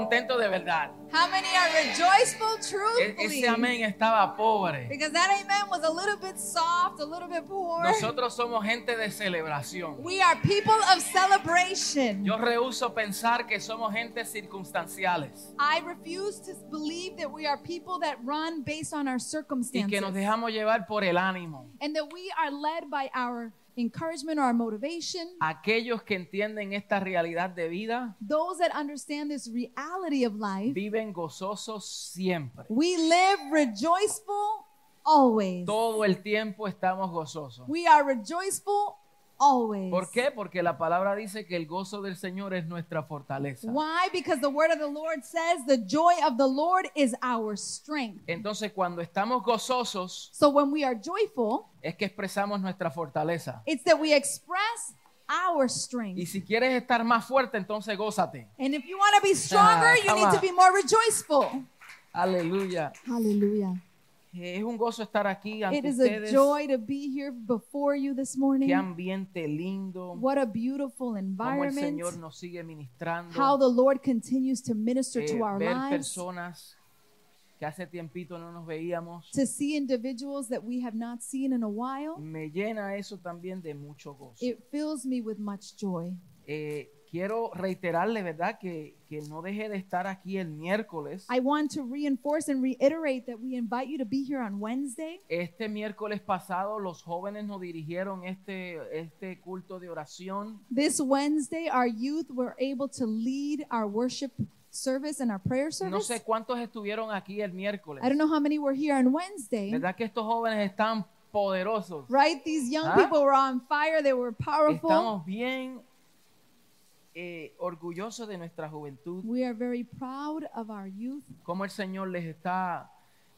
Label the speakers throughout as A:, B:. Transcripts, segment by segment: A: contentos de verdad.
B: How many are rejoiceful
A: E-
B: truthfully?
A: ese amén estaba pobre.
B: Because that amen was a little bit soft, a little bit poor.
A: Nosotros somos gente de celebración.
B: We are people of celebration.
A: Yo rehuso pensar que somos gente circunstanciales
B: I refuse to believe that we are people that run based on
A: y que
B: our
A: nos
B: circumstances
A: dejamos llevar por el ánimo.
B: and that we are led by our encouragement or our motivation.
A: Aquellos que entienden esta realidad de vida
B: Those that understand this reality of life,
A: viven gozosos siempre.
B: we live rejoiceful always.
A: Todo el tiempo estamos gozosos.
B: We are rejoiceful always.
A: ¿Por qué? Porque la palabra dice que el gozo del Señor es nuestra fortaleza.
B: Why? Because the word of the Lord says the joy of the Lord is our strength.
A: Entonces, cuando estamos gozosos,
B: So when we are joyful,
A: es que expresamos nuestra fortaleza.
B: it's that we express our
A: Y
B: strength.
A: si quieres estar más fuerte, entonces gózate.
B: And if you want to be stronger, you
A: Ah, come
B: need to
A: on.
B: be more rejoiceful.
A: Aleluya.
B: Hallelujah.
A: Es un gozo estar aquí
B: It
A: ante
B: is a
A: ustedes.
B: joy to be here before you this
A: Qué
B: morning.
A: ambiente lindo.
B: What a beautiful
A: Cómo el
B: environment.
A: Señor nos sigue ministrando.
B: How the Lord continues to minister
A: Eh,
B: to our
A: ver
B: lives.
A: personas que hace tiempito no nos veíamos.
B: To see individuals that we have not seen in a while,
A: Me llena eso también de mucho gozo.
B: it fills me with much joy.
A: Eh, quiero reiterarle, ¿verdad? Que, que no deje de estar aquí el miércoles.
B: I want to reinforce and reiterate that we invite you to be here on Wednesday.
A: Este miércoles pasado los jóvenes nos dirigieron este, este culto de oración.
B: This Wednesday, our youth were able to lead our worship service and our prayer
A: No
B: service.
A: sé cuántos estuvieron aquí el miércoles.
B: I don't know how many were here on Wednesday.
A: ¿Verdad que estos jóvenes están poderosos?
B: Right? These young
A: Huh?
B: people were on fire. They were powerful.
A: Ah. Estamos bien eh, orgullosos de nuestra juventud,
B: We are very proud of our youth,
A: cómo el Señor les está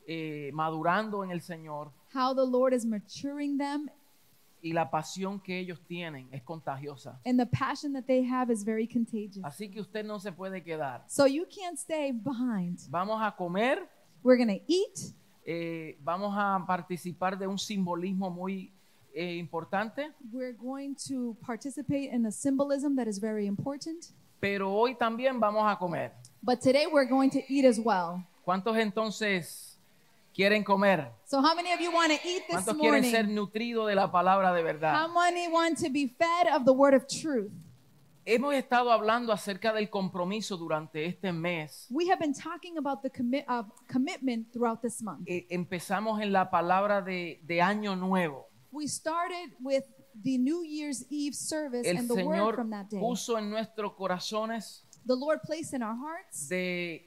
A: eh, madurando en el Señor
B: how the Lord is maturing them,
A: y la pasión que ellos tienen es contagiosa.
B: and the passion that they have is very contagious.
A: Así que usted no se puede quedar.
B: So you can't stay behind.
A: Vamos a comer,
B: We're going to eat.
A: eh, vamos a participar de un simbolismo muy eh, importante,
B: We're going to participate in a symbolism that is very important.
A: pero hoy también vamos a comer.
B: But today we're going to eat as well.
A: ¿Cuántos entonces quieren comer?
B: So, how many of you want to eat this
A: ¿Cuántos quieren ser
B: morning?
A: nutridos de la palabra de verdad?
B: How many want to be fed of the word of truth?
A: Hemos estado hablando acerca del compromiso durante este mes.
B: We have been talking about the commi- of commitment throughout this month.
A: Eh, empezamos en la palabra de, de año nuevo.
B: We started with the New Year's Eve service
A: El
B: and the word
A: Señor
B: from that day.
A: puso en nuestros corazones
B: The Lord placed in our hearts
A: de,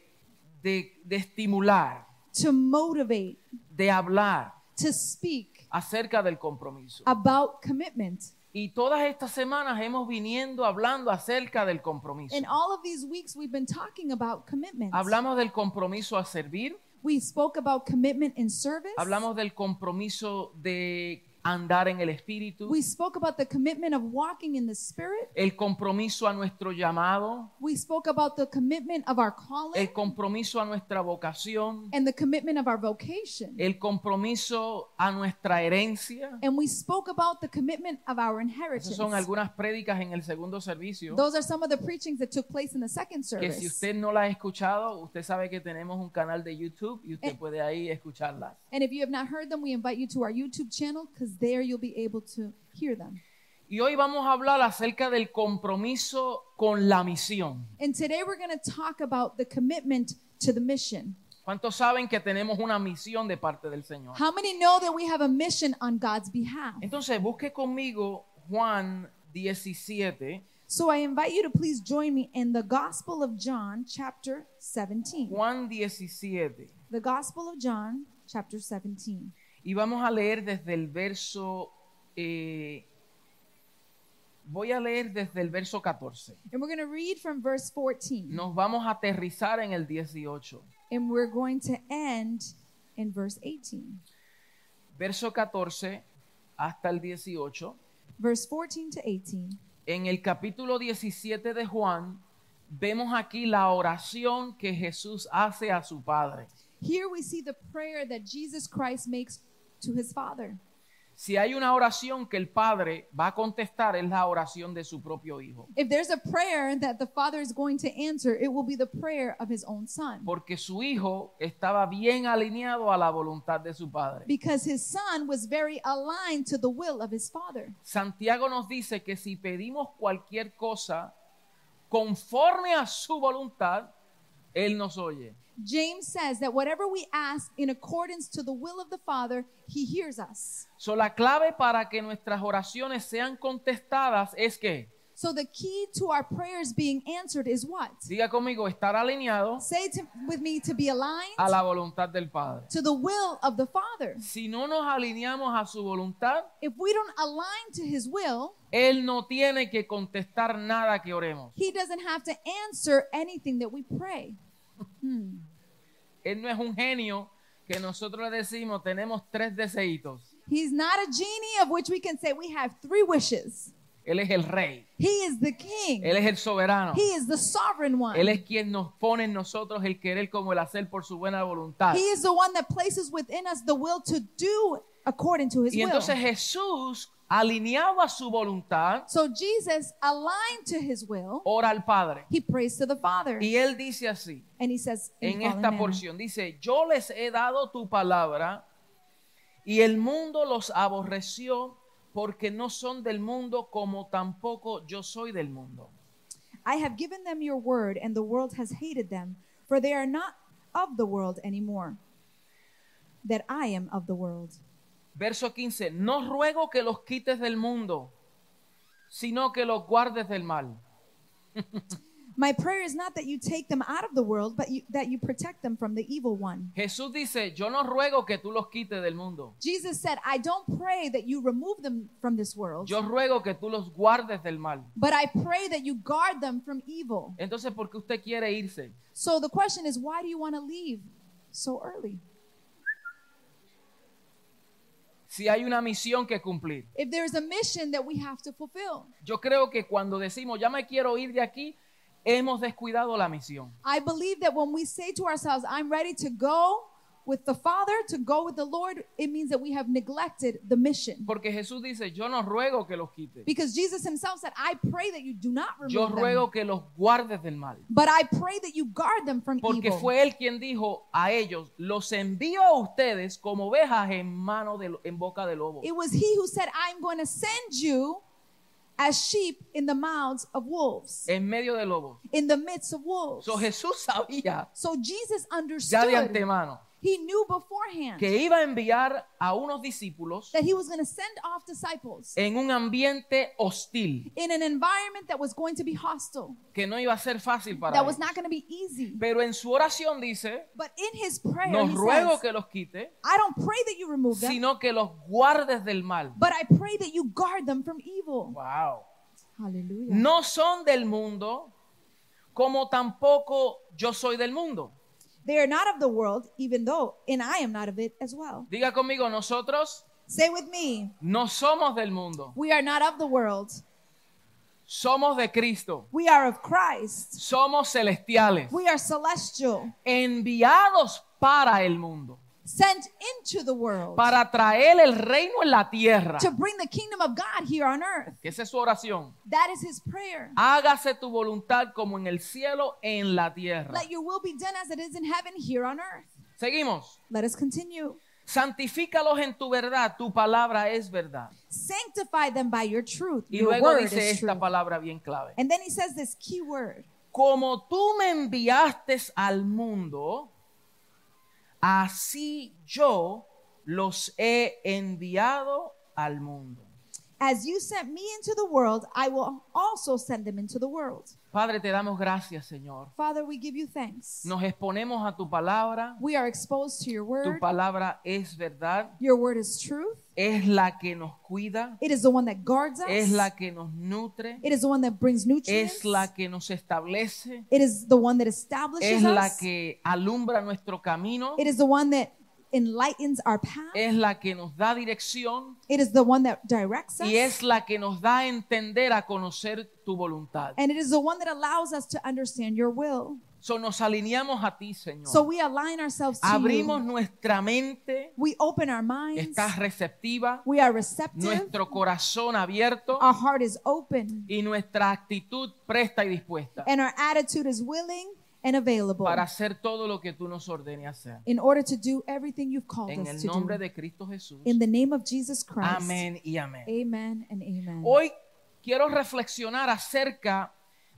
A: de- de estimular,
B: to motivate,
A: de hablar
B: to speak
A: acerca del compromiso.
B: about commitment.
A: Y todas estas semanas hemos viniendo hablando acerca del compromiso.
B: In all of these weeks, we've been talking about commitment.
A: Hablamos del compromiso a servir,
B: We spoke about commitment in service.
A: hablamos del compromiso de andar en el Espíritu,
B: We spoke about the commitment of walking in the Spirit.
A: el compromiso a nuestro llamado,
B: We spoke about the commitment of our
A: el
B: calling
A: compromiso a nuestra vocación,
B: and the commitment of our vocation.
A: el compromiso a nuestra herencia.
B: And we spoke about the commitment of our
A: Esas
B: inheritance.
A: son algunas prédicas en el segundo servicio.
B: Those are some of the preachings that took place in the second
A: Que si
B: service.
A: usted no la ha escuchado, usted sabe que tenemos un canal de YouTube y usted puede ahí escucharlas.
B: And if you have not heard them, we invite you to our YouTube channel because there you'll be able to hear them.
A: Y hoy vamos a hablar acerca del compromiso con la misión.
B: And today we're going to talk about the commitment to the mission.
A: ¿Cuántos saben que tenemos una misión de parte del Señor?
B: How many know that we have a mission on God's behalf?
A: Entonces, busque conmigo Juan 17,
B: So I invite you to please join me in the Gospel of John, chapter 17.
A: Juan 17,
B: The Gospel of John, chapter 17.
A: y vamos a leer desde el verso, eh, voy a leer desde el verso 14.
B: And we're going to read from verse 14.
A: Nos vamos a aterrizar en el 18.
B: And we're going to end in verse 18.
A: verso 14 hasta el 18.
B: Verse 14 to 18.
A: En el capítulo 17 de Juan vemos aquí la oración que Jesús hace a su Padre.
B: Here we see the prayer that Jesus Christ makes to his Father.
A: Si hay una oración que el Padre va a contestar, es la oración de su propio Hijo.
B: If there's a prayer that the Father is going to answer, it will be the prayer of his own son.
A: Porque su Hijo estaba bien alineado a la voluntad de su Padre.
B: Because his son was very aligned to the will of his Father.
A: Santiago nos dice que si pedimos cualquier cosa conforme a su voluntad, Él nos oye.
B: James says that whatever we ask in accordance to the will of the Father, he hears us.
A: So, la clave para que nuestras oraciones sean contestadas es que,
B: So the key to our prayers being answered is what?
A: diga conmigo, estar alineado
B: Say to, with me to be aligned
A: a la voluntad del Padre.
B: to the will of the Father.
A: Si no nos alineamos a su voluntad,
B: If we don't align to his will,
A: Él no tiene que contestar nada que oremos.
B: he doesn't have to answer anything that we pray.
A: Él no es un genio que nosotros le decimos, tenemos tres deseitos.
B: He's not a genie of which we can say we have three wishes.
A: Él es el rey,
B: He is the king.
A: Él es el soberano,
B: He is the sovereign one.
A: Él es quien nos pone en nosotros el querer como el hacer por su buena voluntad.
B: He is the one that places within us the will to do according to his
A: Y
B: will.
A: entonces Jesús, alineado a su voluntad,
B: So Jesus, aligned to his will,
A: ora al Padre.
B: he prays to the Father.
A: Y él dice así,
B: And he says
A: en
B: in the following
A: esta
B: manner,
A: porción, dice, yo les he dado tu palabra y el mundo los aborreció porque no son del mundo como tampoco yo soy del mundo.
B: I have given them your word, and the world has hated them, for they are not of the world anymore, that I am of the world.
A: Verso 15, no ruego que los quites del mundo, sino que los guardes del mal.
B: My prayer is not that you take them out of the world, but you, that you protect them from the evil one.
A: Jesús dice, yo no ruego que tú los quites del mundo,
B: Jesus said, I don't pray that you remove them from this world,
A: yo ruego que tú los guardes del mal.
B: but I pray that you guard them from evil.
A: Entonces, ¿por qué usted quiere irse?
B: So the question is, why do you want to leave so early?
A: Si hay una misión que cumplir.
B: If there's a mission that we have to fulfill,
A: Yo creo que cuando decimos ya me quiero ir de aquí, hemos descuidado la misión.
B: I believe that when we say to ourselves, I'm ready to go with the Father, to go with the Lord, it means that we have neglected the mission.
A: Porque Jesús dice, yo no ruego que los quite,
B: Because Jesus himself said, I pray that you do not
A: yo
B: remove them,
A: ruego que los guardes del mal.
B: but I pray that you guard them from
A: Porque
B: evil.
A: fue él quien dijo a ellos, los envío a ustedes como ovejas en mano de, lo- en boca de lobo.
B: It was he who said, I'm going to send you as sheep in the mouths of wolves,
A: En medio de lobos.
B: in the midst of wolves.
A: So, Jesús sabía
B: So Jesus
A: ya de
B: understood,
A: antemano
B: he knew beforehand
A: que iba a enviar a unos discípulos
B: that he was going to send off disciples
A: en un ambiente hostil
B: in an environment that was going to be hostile,
A: que no iba a ser fácil para
B: that
A: ellos.
B: was not going to be easy.
A: Pero en su oración dice,
B: But in his prayer,
A: no
B: he
A: ruego
B: says,
A: que los quite,
B: I don't pray that you remove them,
A: sino que los guardes del mal.
B: but I pray that you guard them from evil.
A: Wow.
B: Hallelujah.
A: No son del mundo, como tampoco yo soy del mundo.
B: They are not of the world, even though, and I am not of it as well.
A: Diga conmigo, nosotros
B: Say with me,
A: no somos del mundo,
B: we are not of the world.
A: somos de Cristo,
B: We are of Christ.
A: somos celestiales,
B: We are celestial,
A: enviados para el mundo,
B: sent into the world
A: para traer el reino en la tierra.
B: to bring the kingdom of God here on earth.
A: Que esa es su oración.
B: That is his prayer.
A: Hágase tu voluntad como en el cielo, en la tierra.
B: Let your will be done as it is in heaven here on earth.
A: Seguimos.
B: Let us continue.
A: Santifícalos en tu verdad, tu palabra es verdad.
B: Sanctify them by your truth.
A: Y
B: your
A: luego
B: word
A: dice
B: is
A: esta
B: true.
A: palabra bien clave.
B: And then he says this key word.
A: Como tú me enviaste al mundo, así yo los he enviado al mundo.
B: As you sent me into the world, I will also send them into the world.
A: Padre, te damos gracias, Señor.
B: Father, we give you thanks.
A: Nos exponemos a tu palabra.
B: We are exposed to your
A: Tu
B: word.
A: palabra es verdad.
B: Your word is truth.
A: Es la que nos cuida.
B: It is the one that guards us.
A: Es la que nos nutre.
B: it is the one that brings nutrients.
A: Es la que nos establece.
B: it is the one that establishes
A: Es la
B: us.
A: que alumbra nuestro camino.
B: it is the one that enlightens our path.
A: Es la que nos da dirección.
B: it is the one that directs us.
A: y es la que nos da a entender a conocer tu voluntad.
B: Eh, and it is the one that allows us to understand your will.
A: So, nos alineamos a ti, Señor.
B: So we align ourselves to
A: Abrimos
B: you.
A: nuestra mente,
B: We open our minds.
A: está receptiva,
B: We Ah. are receptive.
A: nuestro corazón abierto
B: Our heart is open.
A: y nuestra actitud presta y dispuesta
B: And our attitude is willing and available
A: para hacer todo lo que tú nos ordenes hacer.
B: in order to do everything you've called
A: En
B: us
A: el
B: to do.
A: nombre de Cristo Jesús.
B: in the name of Jesus Christ.
A: Amén y amén.
B: Amen and amen.
A: Hoy quiero reflexionar acerca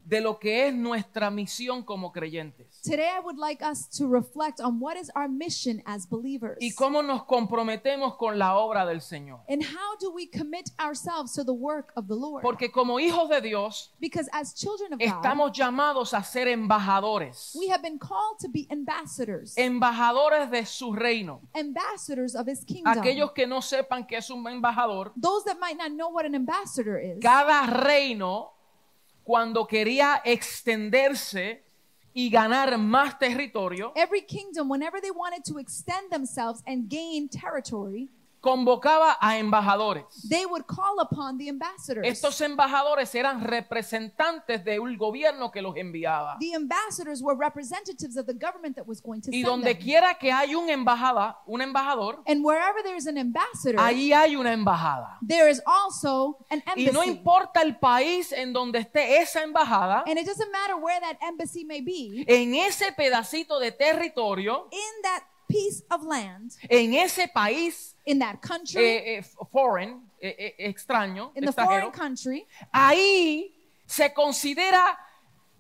A: de lo que es nuestra misión como creyentes
B: Today, I would like us to reflect on what is our mission as believers
A: y cómo nos comprometemos con la obra del Señor.
B: and how do we commit ourselves to the work of the Lord.
A: Porque como hijos de Dios
B: because as children of God,
A: estamos llamados a ser embajadores,
B: we have been called to be ambassadors,
A: embajadores de su reino.
B: ambassadors of His kingdom.
A: Aquellos que no sepan que es un embajador,
B: Those that might not know what an ambassador is,
A: cada reino cuando quería extenderse y ganar más territorio,
B: every kingdom, whenever they wanted to extend themselves and gain territory,
A: convocaba a embajadores.
B: they would call upon the ambassadors.
A: Estos embajadores eran representantes de un gobierno que los enviaba.
B: the ambassadors were representatives of the government that was going to
A: Y
B: send
A: donde
B: them.
A: quiera que haya un embajada, un embajador,
B: And wherever there is an ambassador,
A: ahí hay una embajada.
B: there is also an
A: Y no
B: embassy.
A: importa el país en donde esté esa embajada,
B: And it doesn't matter where that embassy may be,
A: en ese pedacito de territorio,
B: in that piece of land,
A: en ese país
B: in that country,
A: eh, eh, foreign, eh, eh, extraño,
B: in the
A: extranjero,
B: foreign country,
A: ahí se considera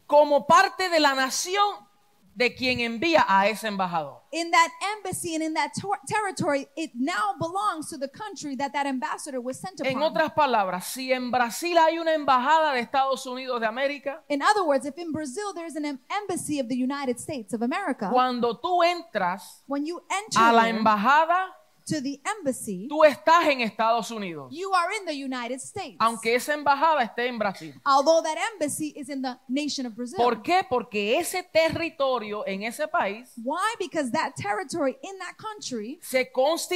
A: como parte de la nación de quien envía a ese embajador.
B: in that embassy and in that tor- territory, it now belongs to the country that that ambassador was sent
A: En
B: upon.
A: otras palabras, si en Brasil hay una embajada de Estados Unidos de América,
B: In other words, if in Brazil there's an em- embassy of the United States of America,
A: cuando tú entras
B: when you enter
A: a la
B: there
A: embajada,
B: to the embassy,
A: tú estás en Estados Unidos,
B: you are in the United States.
A: aunque esa embajada esté en Brasil.
B: although that embassy is in the nation of Brazil.
A: ¿Por qué? Porque ese territorio en ese país
B: Why? Because that territory in that country,
A: se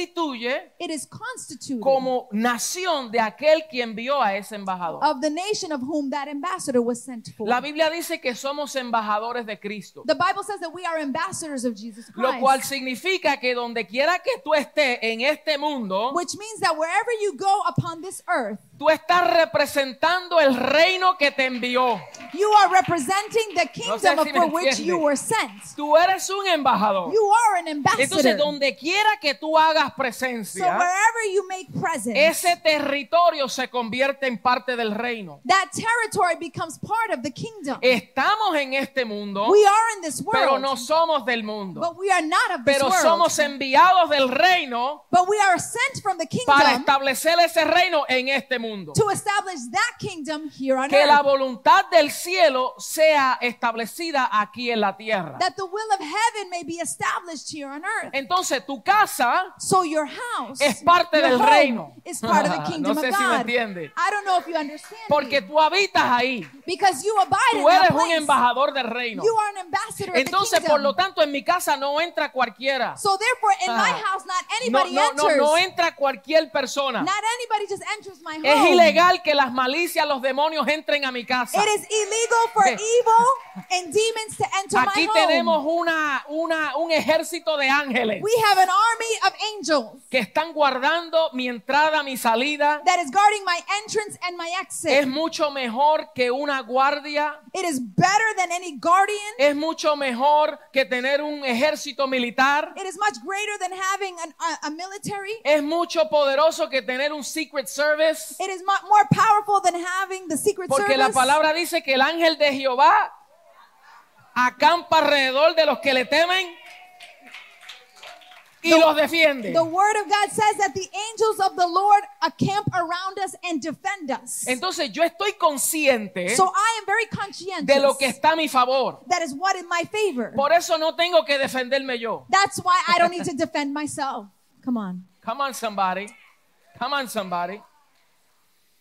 A: constituye
B: it is constituted
A: como nación de aquel que envió a ese embajador.
B: of the nation of whom that ambassador was sent for.
A: La Biblia dice que somos embajadores de Cristo,
B: the Bible says that we are ambassadors of Jesus
A: lo
B: Christ,
A: cual significa que donde quiera que tú estés en este mundo,
B: which means that wherever you go upon this earth,
A: Tú estás representando el reino que te envió.
B: you are representing the kingdom
A: sé si
B: of
A: me
B: for which
A: entiende.
B: you were sent.
A: Tú eres un embajador.
B: You are an ambassador.
A: Entonces, donde quiera que tú hagas
B: so
A: presencia,
B: wherever you make presence,
A: ese territorio se convierte en parte del reino.
B: that territory becomes part of the kingdom.
A: Estamos en este mundo,
B: we are in this
A: Eh, pero
B: world,
A: no somos del mundo.
B: but we are not of this
A: Pero
B: world.
A: somos enviados del reino
B: But we are sent from the
A: para
B: kingdom
A: establecer ese reino en este mundo.
B: to establish that kingdom here on
A: Que
B: earth.
A: la voluntad del cielo sea establecida aquí en la tierra.
B: That the will of heaven may be established here on earth.
A: Entonces, tu casa
B: So your house
A: Eh, es parte
B: your
A: del
B: home,
A: reino.
B: is part of the kingdom
A: no sé
B: of
A: si me
B: God.
A: entiende.
B: I don't know if you understand
A: Porque
B: me,
A: tú habitas ahí.
B: because you abide in
A: Tú
B: that
A: eres un
B: place.
A: embajador del reino.
B: You are an ambassador
A: Entonces,
B: of the
A: por
B: kingdom.
A: lo tanto, en mi casa no entra cualquiera.
B: so therefore, in my
A: Ah.
B: house, not
A: No,
B: anybody
A: no, no,
B: enters.
A: no entra cualquier persona.
B: not anybody just enters my home.
A: Es ilegal que las malicias, los demonios entren a mi casa.
B: It is illegal for
A: Eh.
B: evil and demons to enter
A: Aquí
B: my home.
A: tenemos una, una, un ejército de ángeles
B: We have an army of angels.
A: que están guardando mi entrada, mi salida.
B: that is guarding my entrance and my
A: Es
B: exit.
A: mucho mejor que una guardia.
B: It is better than any guardian.
A: Es mucho mejor que tener un ejército militar.
B: It is much greater than having an, a, a military.
A: Es mucho poderoso que tener un Secret Service.
B: It is mu- more powerful than having the Secret
A: Porque la
B: Service.
A: palabra dice que el ángel de Jehová acampa alrededor de los que le temen y los defiende.
B: the Word of God says that the angels of the Lord encamp around us and defend us.
A: Entonces yo estoy consciente
B: so I am very conscientious.
A: Eh? de lo que está a mi favor.
B: that is what in my favor.
A: Por eso no tengo que defenderme yo.
B: That's why I don't need to defend myself. Come on.
A: Come on somebody. Come on somebody.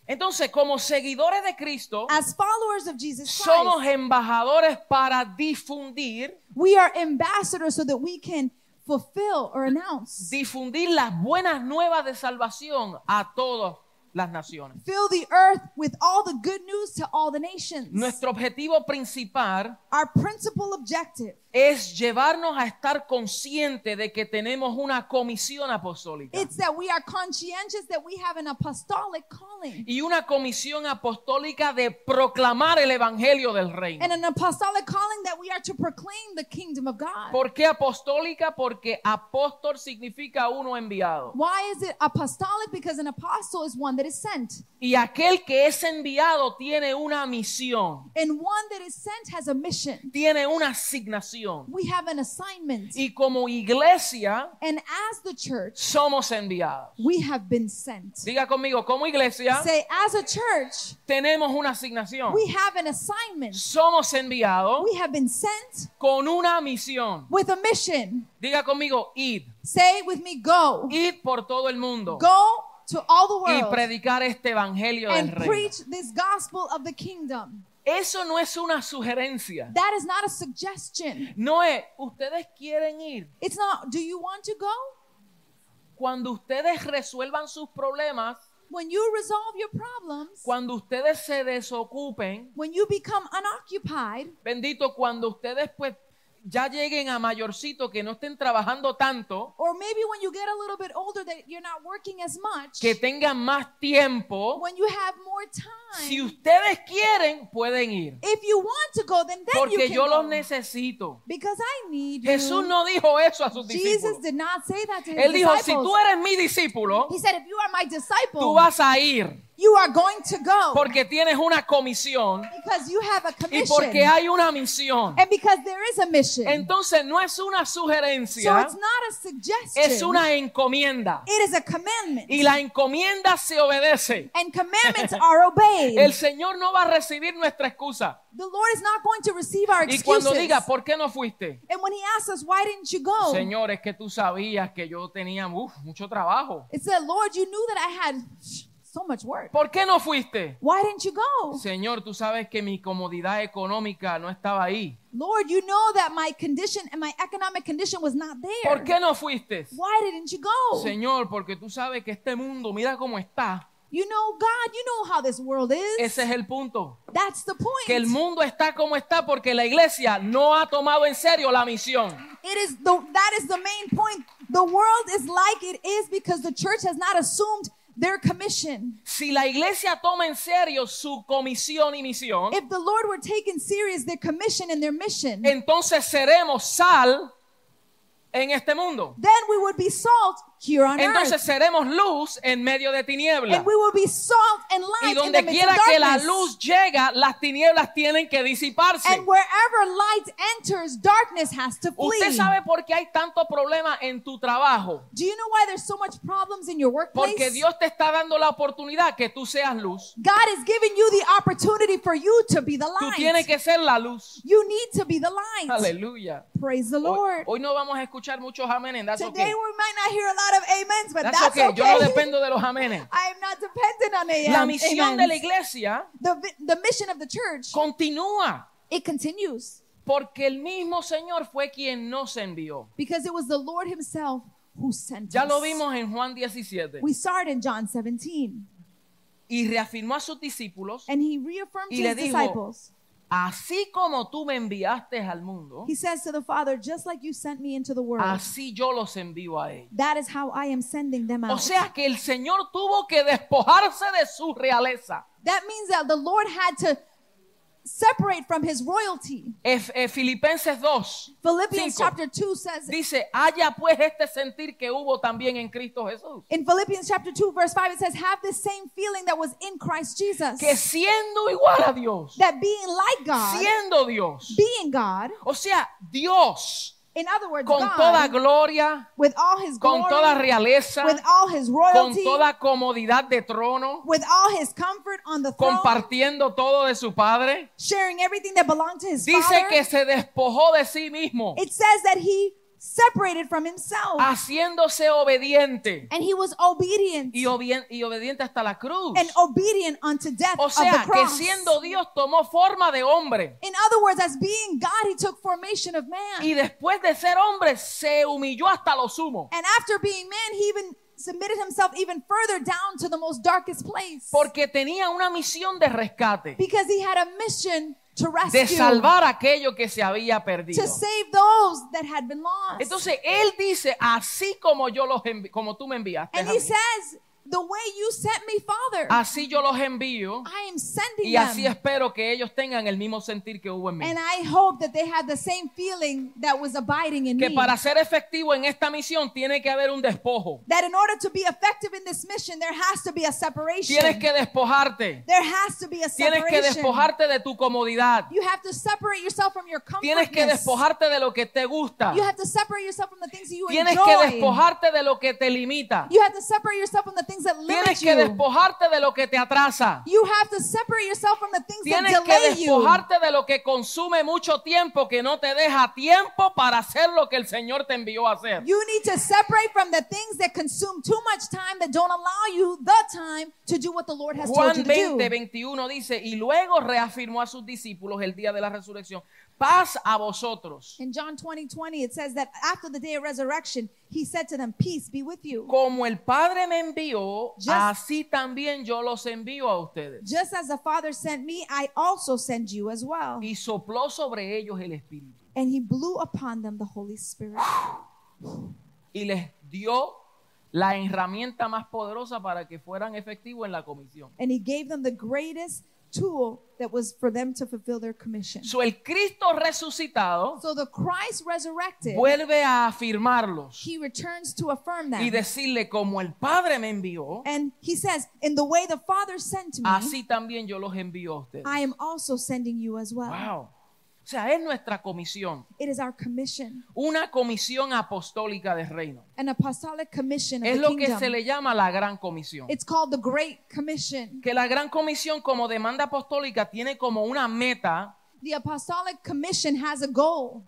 A: Entonces como seguidores de Cristo
B: As followers of Jesus Christ,
A: somos embajadores para difundir
B: we are ambassadors so that we can fulfill or announce
A: difundir las buenas nuevas de salvación a todos las naciones.
B: Fill the earth with all the good news to all the nations.
A: Nuestro objetivo principal
B: Our principal objective
A: es llevarnos a estar consciente de que tenemos una comisión apostólica.
B: it's that we are conscientious that we have an apostolic calling
A: y una comisión apostólica de proclamar el evangelio del reino.
B: and an apostolic calling that we are to proclaim the kingdom of God.
A: ¿Por qué apostólica? Porque apóstol significa uno enviado.
B: Why is it apostolic? Because an apostle is one that is sent,
A: Y aquel que es enviado tiene una misión,
B: and one that is sent has a mission.
A: tiene una asignación.
B: We have an assignment,
A: Y como iglesia
B: and as the church,
A: somos enviados.
B: we have been sent.
A: Diga conmigo, como iglesia
B: Say, as a church,
A: tenemos una asignación.
B: we have an assignment.
A: Somos enviados
B: We have been sent
A: con una misión.
B: with a mission.
A: Diga conmigo, id,
B: Say it with me, go.
A: id por todo el mundo
B: Go to all the
A: y
B: world
A: predicar este evangelio del
B: and
A: reino.
B: preach this gospel of the kingdom.
A: Eso no es una sugerencia.
B: That is not a suggestion.
A: No es, ustedes quieren ir.
B: It's not, do you want to go?
A: Cuando ustedes resuelvan sus problemas,
B: When you resolve your problems,
A: cuando ustedes se desocupen,
B: when you become unoccupied,
A: bendito, cuando ustedes pues ya lleguen a mayorcito, que no estén trabajando tanto,
B: or maybe when you get a little bit older that you're not working as much,
A: que tengan más tiempo,
B: when you have more
A: si
B: time,
A: ustedes quieren, pueden ir.
B: if you want to go, then then you
A: Porque
B: can
A: yo los
B: go.
A: necesito.
B: Because I need
A: Jesús
B: you.
A: no dijo eso a sus
B: Jesus
A: discípulos.
B: did not say that to his
A: Él dijo,
B: disciples.
A: si tú eres mi discípulo,
B: He said, if you are my disciple,
A: tú vas a ir
B: you are going to go
A: porque tienes una comisión
B: because you have a
A: y
B: commission
A: porque hay una misión.
B: and because there is a mission.
A: Entonces no es una
B: so
A: sugerencia,
B: it's not a suggestion.
A: es una encomienda.
B: it is a commandment.
A: Y la encomienda se obedece.
B: and commandments are obeyed.
A: El Señor no va a recibir nuestra excusa.
B: the Lord is not going to receive our
A: Y
B: excuses.
A: cuando diga, ¿por qué no fuiste?
B: and when he asks us, why didn't you go?
A: Señor, es que tú sabías que yo tenía uf, mucho trabajo.
B: It said, Lord, you knew that I had so much work.
A: ¿Por qué no fuiste?
B: Why didn't you go?
A: Señor, tú sabes que mi comodidad económica no estaba ahí.
B: Lord, you know that my condition and my economic condition was not there.
A: ¿Por qué no fuiste?
B: Why didn't you go?
A: Señor, porque tú sabes que este mundo, mira cómo está.
B: You know, God, you know how this world is.
A: Ese es el punto.
B: That's the point.
A: que el mundo está como está porque la iglesia no ha tomado en serio la misión.
B: It is the that is the main point. The world is like it is because the church has not assumed their commission.
A: Si la iglesia toma en serio su comisión y misión,
B: If the Lord were taken serious their commission and their mission,
A: entonces seremos sal en este mundo.
B: then we would be salt here on
A: Entonces
B: earth,
A: seremos luz en medio de tinieblas.
B: and we would be salt and light
A: Y
B: in the
A: donde
B: midst of
A: quiera que la
B: darkness.
A: luz llega, las tinieblas tienen que disiparse.
B: And wherever light enters, darkness has to flee.
A: Usted sabe por qué hay tanto problema en tu trabajo.
B: Do you know why there's so much problems in your workplace?
A: Porque Dios te está dando la oportunidad que tú seas luz.
B: God is giving you the opportunity for you to be the
A: Tú
B: light.
A: tienes que ser la luz.
B: You need to be the light.
A: Aleluya.
B: Praise the
A: Hoy,
B: Lord.
A: hoy no vamos a escuchar muchos amenes. That's
B: Today
A: okay.
B: we might not hear a lot of amens, but
A: That's
B: that's,
A: okay. Yo no dependo de los amenes.
B: I am not dependent on am-
A: La misión de la
B: amens.
A: iglesia
B: The, vi- the mission of the church,
A: continúa
B: it continues
A: porque el mismo Señor fue quien nos envió.
B: because it was the Lord himself who sent
A: Ya
B: us.
A: lo vimos en Juan 17.
B: We saw it in John 17.
A: Y reafirmó a sus discípulos,
B: And he reaffirmed
A: Y
B: to
A: le
B: his
A: dijo,
B: disciples.
A: así como tú me enviaste al mundo,
B: He says to the Father, just like you sent me into the world,
A: así yo los envío a ellos.
B: that is how I am sending them out.
A: O sea que el Señor tuvo que despojarse de su realeza.
B: that means that the Lord had to separate from his royalty.
A: Ef- eh, Filipenses 2
B: Philippians
A: Cinco.
B: chapter 2 says,
A: dice, haya pues este sentir que hubo también en Cristo Jesús.
B: In Philippians chapter 2, verse 5, it says, Have the same feeling that was in Christ Jesus.
A: que siendo igual a Dios,
B: That being like God,
A: siendo Dios,
B: being God,
A: o sea, Dios
B: in other words,
A: con toda
B: God,
A: gloria,
B: with all his
A: con
B: glory,
A: toda realeza,
B: with all his
A: con
B: royalty,
A: toda comodidad de trono,
B: with all his comfort on the throne,
A: compartiendo todo de su Padre,
B: sharing everything that belonged to his
A: dice
B: Father,
A: que se despojó de sí mismo,
B: it says that he separated from himself
A: Ah. haciéndose obediente
B: and he was obedient
A: y, obedien- y obediente hasta la cruz.
B: and obedient unto death
A: O
B: of
A: sea,
B: the
A: que
B: cross.
A: siendo Dios tomó forma de hombre
B: in other words, as being God, he took formation of man.
A: y después de ser hombre se humilló hasta lo sumo.
B: And after being man, he even submitted himself even further down to the most darkest place.
A: porque tenía una misión de rescate,
B: because he had a mission to rescue,
A: de salvar aquello que se había perdido.
B: to save those that had been lost.
A: Entonces él dice, así como yo los envi- como tú me enviaste, a
B: and
A: mí,
B: he says, The way you sent me, Father,
A: así yo los envío
B: I am sending
A: y así
B: them.
A: espero que ellos tengan el mismo sentir que hubo en mí.
B: And I hope that they had the same feeling that was abiding in
A: Que
B: me.
A: para ser efectivo en esta misión tiene que haber un despojo.
B: that in order to be effective in this mission, there has to be a separation.
A: Tienes que despojarte.
B: there has to be a
A: Tienes que
B: separation.
A: despojarte de tu comodidad.
B: you have to separate yourself from your
A: Tienes
B: comfortness.
A: que despojarte de lo que te gusta.
B: You have to separate yourself from the things that you
A: Tienes
B: enjoy.
A: que despojarte de lo que te limita.
B: You have to separate yourself from the things that limit
A: Tienes que
B: you.
A: despojarte de lo que te atrasa.
B: You have to separate yourself from the things
A: Tienes
B: that
A: que
B: delay you.
A: despojarte de lo que consume mucho tiempo, que no te deja tiempo para hacer lo que el Señor te envió a hacer.
B: You need to separate from the things that consume too much time that don't allow you the time to do what the Lord has told you
A: Juan
B: to
A: 20,
B: do.
A: 21 dice, y luego reafirmó a sus discípulos el día de la resurrección, paz a vosotros,
B: In John 20, 20, it says that after the day of resurrection, he said to them, Peace be with you.
A: como el Padre me envió,
B: Just-
A: así también yo los envío a ustedes.
B: Just as the Father sent me, I also send you as well.
A: Y sopló sobre ellos el Espíritu
B: And he blew upon them the Holy Spirit.
A: y les dio la herramienta más poderosa para que fueran efectivos en la comisión.
B: And he gave them the greatest tool that was for them to fulfill their commission.
A: So, el Cristo resucitado
B: So the Christ resurrected,
A: vuelve a afirmarlos
B: he returns to affirm
A: y
B: them.
A: decirle, como el Padre me envió,
B: And he says, In the way the Father sent me,
A: así también yo los envío a ustedes.
B: I am also sending you as well.
A: Wow. O sea, es nuestra comisión,
B: It is our commission,
A: una comisión apostólica del reino.
B: an apostolic commission
A: Es
B: of the
A: lo que se
B: kingdom.
A: le llama la gran comisión.
B: It's called the Great Commission.
A: Que la gran comisión como demanda apostólica tiene como una meta
B: The apostolic commission has a goal.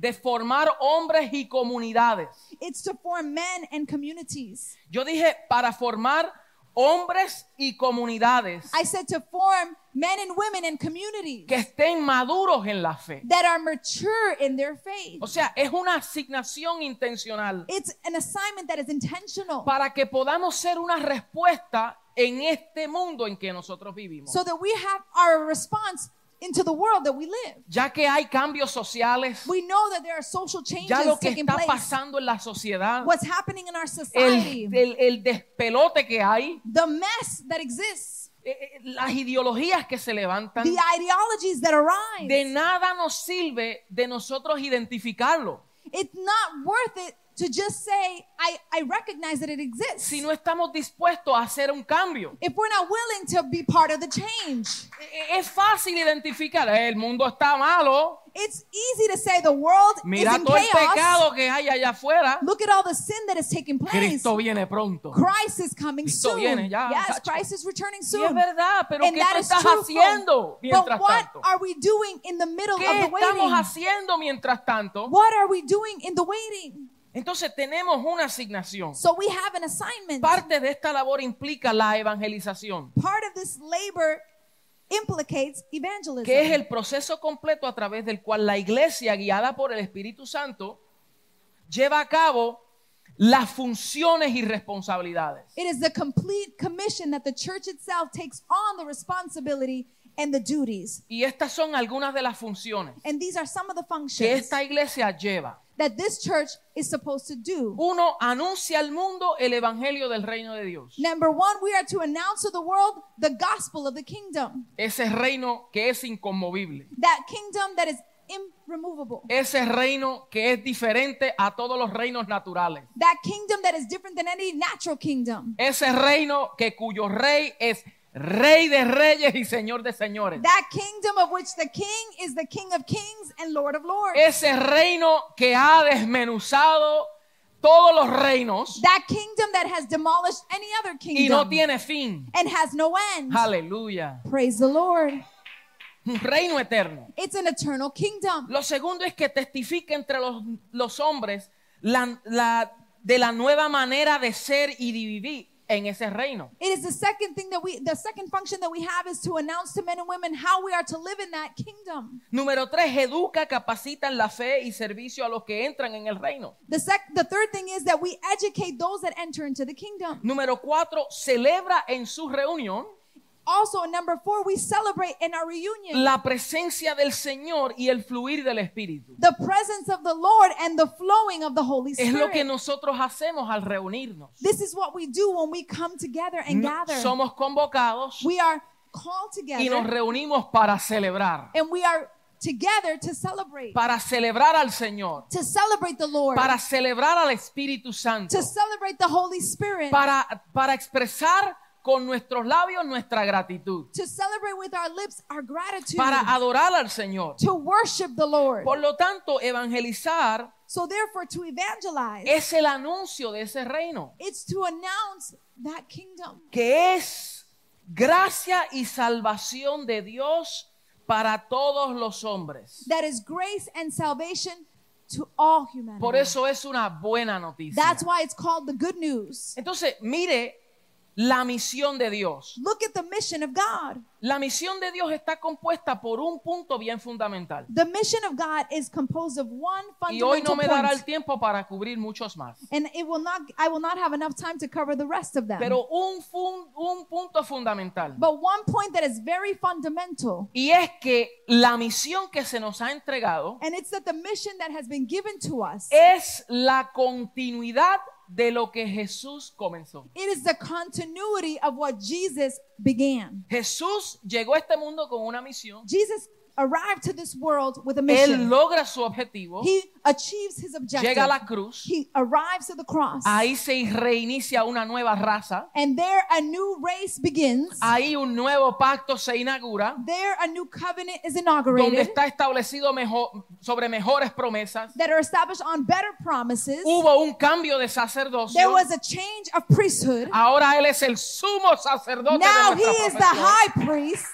A: de formar hombres y comunidades.
B: It's to form men and communities.
A: Yo dije, para formar hombres y comunidades
B: I said to form men and women and communities
A: que estén maduros en la fe.
B: that are mature in their faith.
A: O sea, es una asignación intencional
B: It's an assignment that is intentional
A: para que podamos ser una respuesta en este mundo en que nosotros vivimos.
B: so that we have our response into the world that we live.
A: Ya que hay cambios sociales,
B: We know that there are social
A: ya
B: changes
A: lo que
B: taking
A: está
B: place,
A: pasando en la sociedad,
B: what's happening in our society,
A: el, el- el despelote que hay,
B: the mess that exists,
A: eh, eh, las ideologías que se levantan,
B: the ideologies that arise.
A: de nada nos sirve de nosotros identificarlo
B: It's not worth it to just say, I, I recognize that it exists.
A: si no estamos dispuestos a hacer un cambio.
B: if we're not willing to be part of the change.
A: Eh, eh, Es fácil identificar, "Eh, el mundo está malo,
B: It's easy to say the world is
A: mira
B: in
A: todo el
B: chaos.
A: pecado que hay allá afuera.
B: Look at all the sin that is taking place.
A: Cristo viene pronto.
B: Christ is coming
A: Cristo
B: soon.
A: viene ya,
B: yes,
A: muchacho.
B: Christ is returning
A: Sí, es
B: soon.
A: verdad, pero
B: and
A: ¿qué
B: that
A: tú
B: is
A: estás
B: truthful.
A: haciendo
B: But
A: mientras
B: what
A: tanto?
B: are we doing in the middle of
A: ¿Qué
B: the
A: estamos
B: waiting?
A: haciendo mientras tanto?
B: What are we doing in the waiting?
A: Entonces tenemos una asignación.
B: So we have an assignment.
A: Parte de esta labor implica la evangelización,
B: Part of this labor implicates evangelism.
A: que es el proceso completo a través del cual la iglesia, guiada por el Espíritu Santo, lleva a cabo las funciones y responsabilidades.
B: It is the complete commission that the church itself takes on the responsibility and the duties.
A: Y estas son algunas de las funciones
B: And these are some of the
A: que
B: functions
A: esta iglesia lleva.
B: that this church is supposed to do.
A: Uno, anuncia al mundo el evangelio del reino de Dios.
B: Number one, we are to announce to the world the gospel of the kingdom,
A: Ese reino que es inconmovible.
B: that kingdom that is irremovable,
A: Ese reino que es diferente a todos los reinos naturales.
B: that kingdom that is different than any natural kingdom,
A: Ese reino que cuyo rey es rey de reyes y señor de señores.
B: that kingdom of which the king is the king of kings and lord of lords,
A: Ese reino que ha desmenuzado todos los reinos
B: that kingdom that has demolished any other
A: y no
B: kingdom
A: tiene fin.
B: and has no end.
A: Aleluya.
B: Praise the Lord.
A: Un reino eterno.
B: It's an eternal kingdom.
A: Lo segundo es que testifique entre los, los hombres la- la- de la nueva manera de ser y de vivir, en ese reino.
B: It is the second thing that we, the second function that we have is to announce to men and women how we are to live in that kingdom.
A: Número tres, educa, capacita en la fe y servicio a los que entran en el reino.
B: The sec, the third thing is that we educate those that enter into the kingdom.
A: Número cuatro, celebra en su reunión
B: Also, number four, we celebrate in our reunion
A: la presencia del Señor y el fluir del Espíritu.
B: the presence of the Lord and the flowing of the Holy
A: Es lo que
B: Spirit.
A: nosotros hacemos al reunirnos.
B: This is what we do when we come together and
A: No-
B: gather.
A: somos convocados
B: We are called
A: y nos
B: together
A: reunimos para celebrar,
B: and we are together to celebrate,
A: para celebrar al Señor,
B: to celebrate the Lord,
A: para celebrar al Espíritu Santo,
B: to celebrate the Holy Spirit,
A: para, para expresar con nuestros labios nuestra gratitud,
B: to celebrate with our lips our gratitude,
A: para adorar al Señor.
B: to worship the Lord.
A: Por lo tanto, evangelizar
B: So, therefore, to evangelize,
A: es el anuncio de ese reino,
B: it's to announce that kingdom.
A: que es gracia y salvación de Dios para todos los hombres.
B: that is grace and salvation to all humanity.
A: Por eso es una buena noticia.
B: That's why it's called the good news.
A: Entonces, mire la misión de Dios.
B: Look at the mission of God.
A: La misión de Dios está compuesta por un punto bien fundamental.
B: The mission of God is composed of one
A: Y hoy no
B: fundamental
A: me dará el
B: point.
A: tiempo para cubrir muchos más.
B: And it will not I will not have enough time to cover the rest of them.
A: Pero un, fun- un punto fundamental.
B: but one point that is very fundamental
A: Y es que la misión que se nos ha entregado
B: and it's that the mission that has been given to us
A: es la continuidad de lo que Jesús comenzó.
B: it is the continuity of what Jesus began.
A: Jesús llegó a este mundo con una misión.
B: Jesus arrived to this world with a
A: Él
B: mission.
A: logra su objetivo.
B: He achieves his objective.
A: Llega a la cruz.
B: He arrives at the cross.
A: Ahí se reinicia una nueva raza.
B: And there a new race begins.
A: Ahí un nuevo pacto se inaugura,
B: There a new covenant is
A: donde
B: inaugurated
A: está establecido mejor, sobre mejores promesas.
B: that are established on better promises.
A: Hubo un cambio de
B: There
A: sacerdocio.
B: was a change of priesthood.
A: Ahora él es el sumo sacerdote. Ah, de
B: Now he
A: nuestra
B: is the
A: profesión.
B: high priest.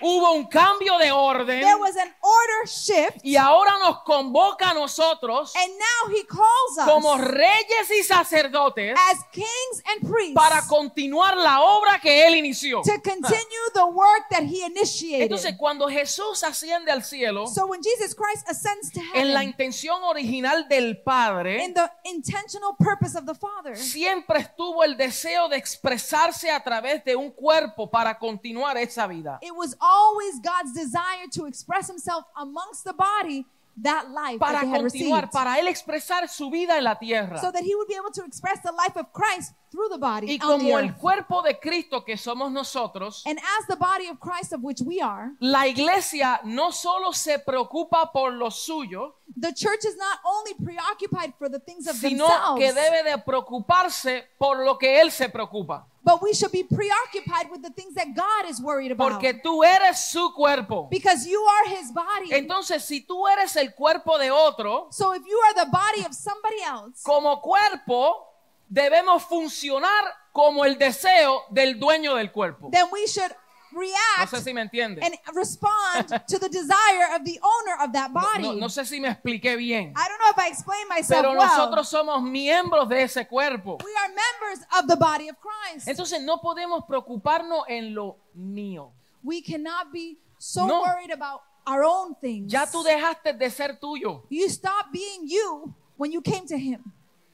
A: Hubo un cambio de orden
B: There was an order shift.
A: y ahora nos convoca a nosotros
B: And now he calls
A: como
B: us
A: reyes y sacerdotes
B: as kings and
A: para
B: priests
A: continuar la obra que él inició.
B: to continue the work that he initiated.
A: Entonces, cuando Jesús asciende al cielo,
B: So when Jesus Christ ascends to
A: en la
B: heaven,
A: intención original del Padre,
B: in the intentional purpose of the Father,
A: siempre estuvo el deseo de expresarse a través de un cuerpo para continuar esa vida,
B: It was always God's desire to express himself amongst the body that life
A: para
B: that they had
A: continuar,
B: received.
A: para él expresar su vida en la tierra.
B: so that he would be able to express the life of Christ through the body.
A: Y
B: on the
A: como el
B: earth.
A: cuerpo de Cristo que somos nosotros,
B: and as the body of Christ of which we are,
A: la iglesia no solo se preocupa por lo suyo,
B: the church is not only preoccupied for the things of
A: sino
B: themselves,
A: que debe de preocuparse por lo que él se preocupa,
B: but we should be preoccupied with the things that God is worried about.
A: porque tú eres su cuerpo.
B: because you are his body.
A: Entonces, si tú eres el cuerpo de otro,
B: so if you are the body of somebody else,
A: como cuerpo debemos funcionar como el deseo del dueño del cuerpo.
B: then we should
A: No
B: react
A: sé si me entienden.
B: and respond to the desire of the owner of that body.
A: No, no sé si me expliqué bien.
B: I don't know if I explained myself
A: Pero
B: well.
A: nosotros somos miembros de ese cuerpo.
B: we are members of the body of Christ.
A: Entonces no podemos preocuparnos en lo mío.
B: we cannot be so
A: No.
B: worried about our own things.
A: Ya tú dejaste de ser tuyo.
B: you stopped being you when you came to Him.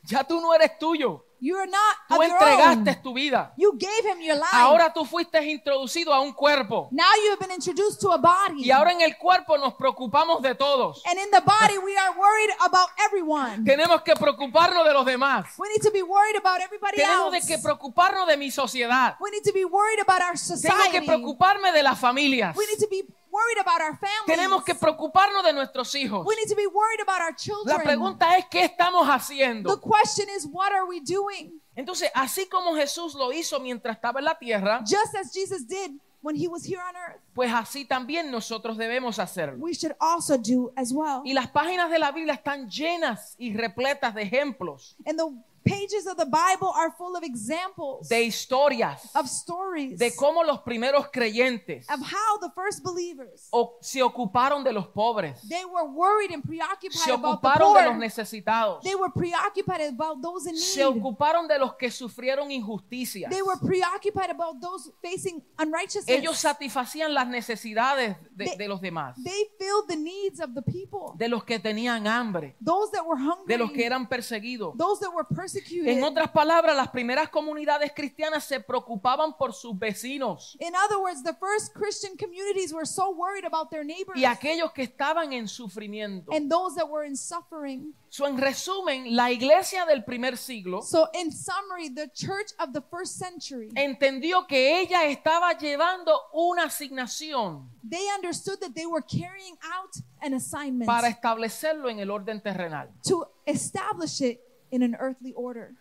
A: Ya tú no eres tuyo.
B: You are not
A: Tú
B: of your own.
A: entregaste tu vida.
B: You gave Him your life.
A: Ahora tú fuiste introducido a un cuerpo.
B: now you have been introduced to a body.
A: Y ahora en el cuerpo nos preocupamos de todos.
B: and in the body, we are worried about everyone.
A: Tenemos que preocuparnos de los demás.
B: we need to be worried about everybody
A: Tenemos de
B: else.
A: que preocuparnos de mi sociedad.
B: we need to be worried about our
A: Tengo
B: society.
A: que preocuparme de las familias.
B: we need to be worried about our families.
A: Tenemos que preocuparnos de nuestros hijos.
B: we need to be worried about our
A: La
B: children.
A: pregunta es, ¿qué estamos
B: The
A: haciendo?
B: question is, what are we doing?
A: Entonces, así como Jesús lo hizo mientras estaba en la tierra,
B: Just as Jesus did when he was here on earth.
A: pues así también nosotros debemos hacerlo.
B: we should also do as well.
A: Y las páginas de la Biblia están llenas y repletas de ejemplos,
B: And the pages of the Bible are full of examples
A: de historias,
B: of stories
A: de cómo los primeros creyentes
B: of how the first believers
A: o- se ocuparon de los pobres,
B: they were worried and preoccupied
A: se
B: about the
A: ocuparon de los
B: poor.
A: necesitados,
B: They were preoccupied about those in
A: se
B: need.
A: ocuparon de los que sufrieron injusticias.
B: They were preoccupied about those facing
A: Ellos
B: unrighteousness.
A: satisfacían las necesidades de,
B: They-
A: de los demás,
B: They filled the needs of the people,
A: de los que tenían hambre,
B: those that were
A: de los que
B: hungry,
A: eran perseguidos.
B: those that were persecuted.
A: En otras palabras, las primeras comunidades cristianas se preocupaban por sus vecinos
B: In other words, the first Christian communities were so worried about their neighbors
A: y aquellos que estaban en sufrimiento.
B: and those that were in suffering.
A: So, en resumen, la iglesia del primer siglo
B: So, in summary, the church of the first century,
A: Eh. entendió que ella estaba llevando una asignación
B: they understood that they were carrying out an assignment
A: para establecerlo en el orden terrenal.
B: to establish it in an earthly order.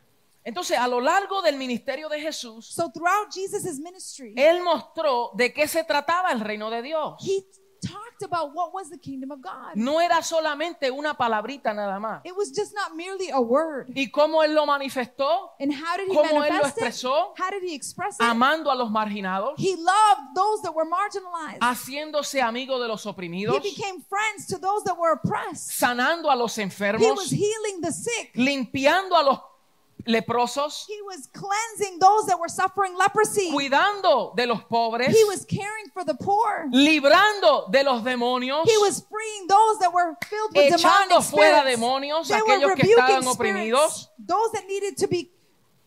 A: Entonces, a lo largo del ministerio de Jesús,
B: So, throughout Jesus' ministry,
A: él mostró de qué se trataba el reino de Dios.
B: he talked about what was the kingdom of God.
A: No era solamente una palabrita nada más.
B: It was just not merely a word.
A: ¿Y cómo él lo manifestó?
B: And how did he
A: ¿Cómo él lo
B: manifest it?
A: expresó?
B: How did he express it?
A: Amando a los marginados,
B: He loved those that were
A: Ah,
B: marginalized.
A: haciéndose amigo de los
B: He
A: oprimidos,
B: became friends to those that were oppressed.
A: sanando a los
B: He was
A: enfermos,
B: healing the sick.
A: limpiando a los leprosos,
B: He was cleansing those that were suffering leprosy.
A: cuidando de los pobres,
B: He was caring for the poor.
A: librando de los demonios,
B: He was freeing those that were filled with
A: echando
B: demonic
A: fuera
B: spirits.
A: demonios,
B: They were
A: aquellos que
B: rebuking
A: estaban
B: spirits.
A: oprimidos,
B: Those that needed to be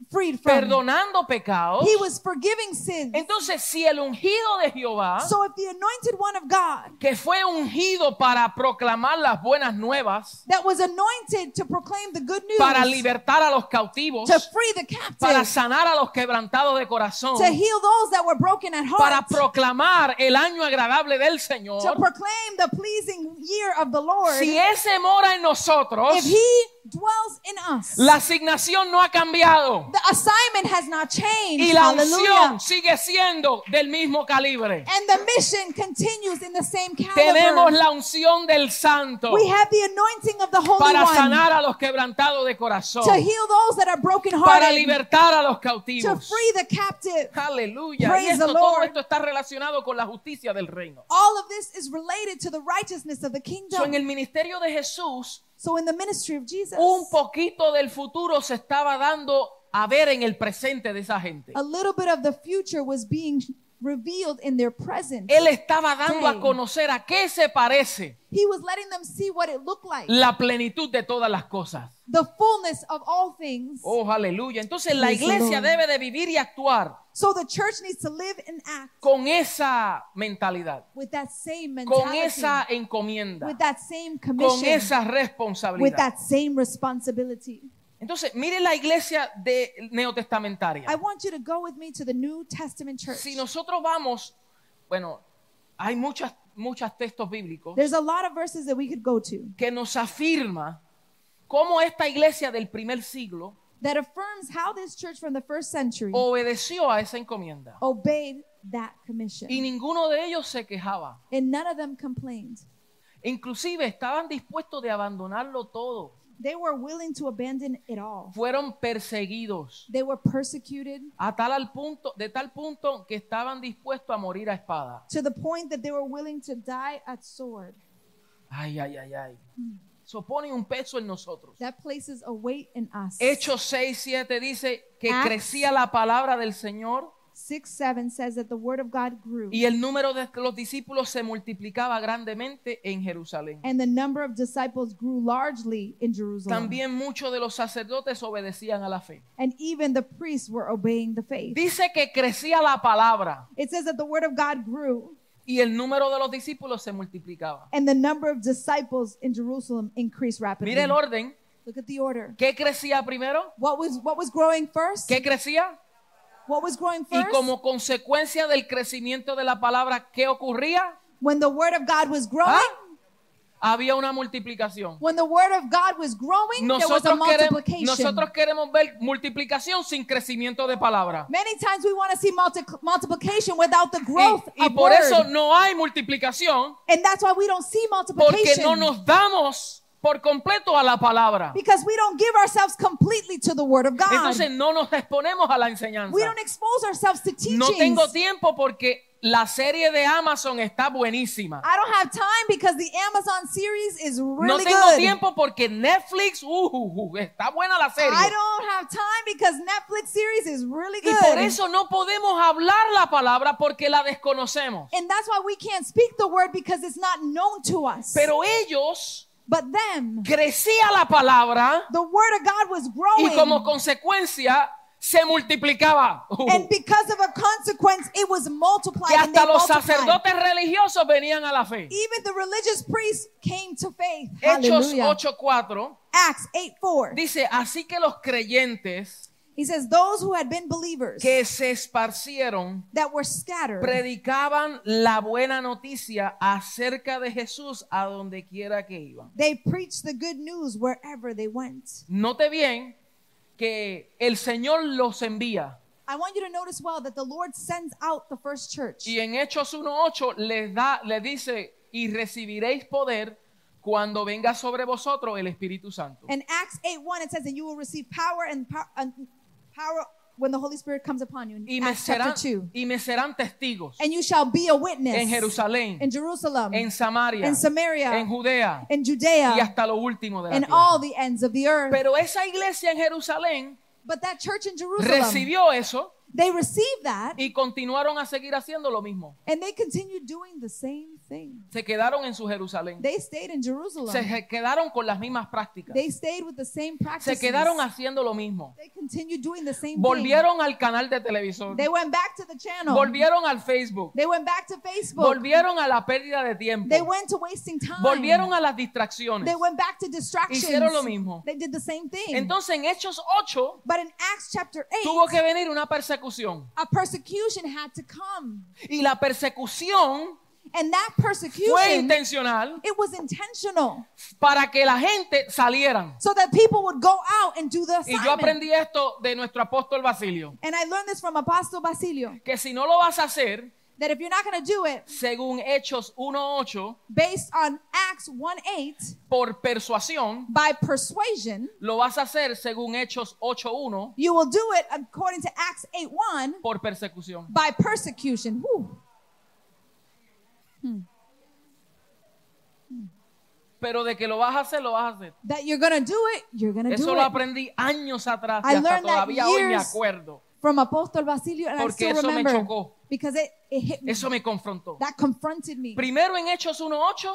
B: freed from.
A: perdonando pecados.
B: He was forgiving sins.
A: Entonces, si el ungido de Jehová,
B: So if the anointed one of God
A: que fue ungido para proclamar las buenas nuevas,
B: that was anointed to proclaim the good news,
A: para libertar a los cautivos,
B: to free the
A: para
B: captive,
A: sanar a los quebrantados de corazón,
B: to heal those that were broken at
A: para
B: heart,
A: proclamar el año agradable del
B: to
A: Señor,
B: proclaim the pleasing year of the Lord.
A: si ese mora en nosotros,
B: If he dwells in us,
A: la asignación no ha cambiado
B: the assignment has not changed.
A: y la
B: Hallelujah.
A: unción sigue siendo del mismo calibre.
B: And the mission continues in the same
A: Tenemos
B: caliber.
A: la unción del santo
B: We have the anointing of the Holy
A: para
B: One
A: sanar a los quebrantados de
B: to
A: corazón,
B: heal those that are
A: para
B: brokenhearted,
A: libertar a los
B: to
A: cautivos.
B: free the captive.
A: Aleluya. Y
B: Praise
A: esto,
B: the
A: todo
B: Lord.
A: esto está relacionado con la justicia del reino.
B: All of this is related to the righteousness of the
A: So, en
B: kingdom.
A: el ministerio de Jesús,
B: So in the ministry of Jesus,
A: un poquito del futuro se estaba dando a ver en el presente de esa gente.
B: a little bit of the future was being revealed in their present.
A: Él estaba dando a
B: Day.
A: conocer a qué se parece
B: He was letting them see what it looked like,
A: la plenitud de todas las cosas.
B: the fullness of all things.
A: Oh, aleluya. Entonces la
B: Praise the
A: iglesia
B: Lord.
A: debe de vivir y actuar
B: So the church needs to live and act
A: con esa mentalidad,
B: with that same
A: con
B: mentality,
A: esa encomienda,
B: with that same
A: con
B: commission,
A: esa
B: with
A: responsabilidad.
B: that same responsibility.
A: Entonces, mire la iglesia de neotestamentaria.
B: I want you to go with me to the New Testament church.
A: Si nosotros vamos, bueno, hay muchas muchos textos bíblicos
B: There's a lot of verses that we could go to
A: que nos afirma cómo esta iglesia del primer siglo
B: that affirms how this church from the first century
A: Oh. obedeció a esa encomienda
B: obeyed that commission.
A: y ninguno de ellos se quejaba.
B: and none of them complained.
A: Inclusive estaban dispuestos de abandonarlo todo.
B: They were willing to abandon it all.
A: Fueron perseguidos
B: They were persecuted
A: a tal al punto, de tal punto que estaban dispuestos a morir a espada.
B: to the point that they were willing to die at sword.
A: Ay, ay, ay, ay. Eso pone un peso en nosotros.
B: That places a weight in us.
A: Hechos 6, 7 dice que
B: Acts.
A: crecía la palabra del Señor
B: 6 7 says that the word of God grew,
A: y el número de los discípulos se multiplicaba grandemente en Jerusalén.
B: and the number of disciples grew largely in Jerusalem.
A: También muchos de los sacerdotes obedecían a la fe.
B: And even the priests were obeying the faith.
A: Dice que crecía la palabra
B: It says that the word of God grew,
A: y el número de los discípulos se multiplicaba.
B: and the number of disciples in Jerusalem increased rapidly.
A: Mire el orden.
B: Look at the order.
A: ¿Qué crecía primero?
B: What was what was growing first?
A: ¿Qué crecía?
B: What was growing
A: Y
B: first?
A: como consecuencia del crecimiento de la palabra, ¿qué ocurría?
B: When the word of God was growing,
A: ¿Ah? había una multiplicación.
B: When the word of God was growing, there was a
A: Nosotros queremos,
B: multiplication.
A: nosotros queremos ver multiplicación sin crecimiento de palabra.
B: Many times we want to see multi- multiplication without the growth
A: Y, y
B: of
A: por
B: word.
A: eso no hay multiplicación
B: and that's why we don't see
A: porque
B: multiplication.
A: no nos damos por completo a la palabra.
B: because we don't give ourselves completely to the word of God.
A: Entonces no nos exponemos a la enseñanza.
B: we don't expose ourselves to teachings.
A: No tengo tiempo porque la serie de Amazon está buenísima.
B: I don't have time because the Amazon series is
A: No
B: Ah, really
A: tengo
B: good.
A: tiempo porque Netflix, uh, uh, uh, está buena la serie.
B: I don't have time because Netflix series is really
A: Y
B: good.
A: por eso no podemos hablar la palabra porque la desconocemos.
B: and that's why we can't speak the word because it's not known to us.
A: Pero ellos
B: but then
A: crecía la palabra
B: the word of God was
A: y
B: growing.
A: como consecuencia se multiplicaba. Uh,
B: and because of a consequence, it was multiplied.
A: que
B: and they
A: hasta los
B: multiplied.
A: sacerdotes religiosos venían a la fe.
B: Even the religious priests came to faith.
A: Hechos
B: Hallelujah.
A: 8:4
B: Acts 8 4.
A: dice, así que los creyentes
B: He says, Those who had been believers
A: que se esparcieron
B: that were scattered
A: predicaban la buena noticia acerca de Jesús a donde quiera que iban.
B: They preached the good news wherever they went.
A: Note bien que el Señor los envía
B: I want you to notice well that the Lord sends out the first church.
A: y en Hechos 1.8 les da, les dice, y recibiréis poder cuando venga sobre vosotros el Espíritu Santo.
B: In Acts 8 1, it says, And you will receive power and, pow- and power when the Holy Spirit comes upon you. In
A: Y me
B: Acts chapter
A: serán,
B: 2.
A: y me serán testigos
B: And you shall be a witness
A: en Jerusalén,
B: in Jerusalem,
A: en Samaria,
B: en Samaria,
A: en Judea
B: in Judea,
A: y hasta lo último de la
B: and
A: tierra.
B: all the ends of the earth.
A: Pero esa iglesia en Jerusalén
B: but that church in Jerusalem,
A: recibió eso
B: they received that
A: y continuaron a seguir haciendo lo mismo.
B: and they continued doing the same thing.
A: Se quedaron en su Jerusalén.
B: They stayed in Jerusalem.
A: Se je- quedaron con las mismas prácticas.
B: They stayed with the same
A: Se
B: practices.
A: quedaron haciendo lo mismo.
B: They continued doing the same
A: Volvieron al canal de televisión.
B: thing. They went back to the channel.
A: Volvieron al Facebook.
B: They went back to Facebook.
A: Volvieron a la pérdida de tiempo.
B: They went to wasting time.
A: Volvieron a las
B: They
A: distracciones.
B: went back to distractions.
A: Hicieron lo mismo.
B: They did the same thing.
A: Entonces en Hechos 8
B: but in Acts chapter 8,
A: tuvo que venir una persecución.
B: a persecution had to come.
A: Y la persecución
B: And that
A: fue
B: persecution,
A: intencional
B: it was intentional.
A: para que la gente salieran.
B: So that people would go out and do the
A: Y
B: assignment.
A: yo aprendí esto de nuestro apóstol Basilio.
B: And I learned this from Apostle Basilio.
A: Que si no lo vas a hacer,
B: That if you're not going to do it
A: según Hechos 1.8,
B: based on Acts 1 8,
A: por persuasión,
B: by persuasion,
A: lo vas a hacer según Hechos 8.1
B: You will do it according to Acts 8 1
A: por persecución.
B: by persecution. Whew.
A: Pero de que lo vas a hacer, lo vas a hacer.
B: That you're going to do it, you're going to
A: Eso
B: do
A: lo
B: it.
A: aprendí años atrás
B: I
A: y hasta
B: learned that
A: todavía hoy me
B: years-
A: acuerdo.
B: From Apostle Basilio, and I
A: Porque
B: still
A: eso me
B: remember.
A: chocó.
B: Because it, it hit me.
A: Eso me confrontó.
B: That confronted me.
A: Primero en Hechos 1.8,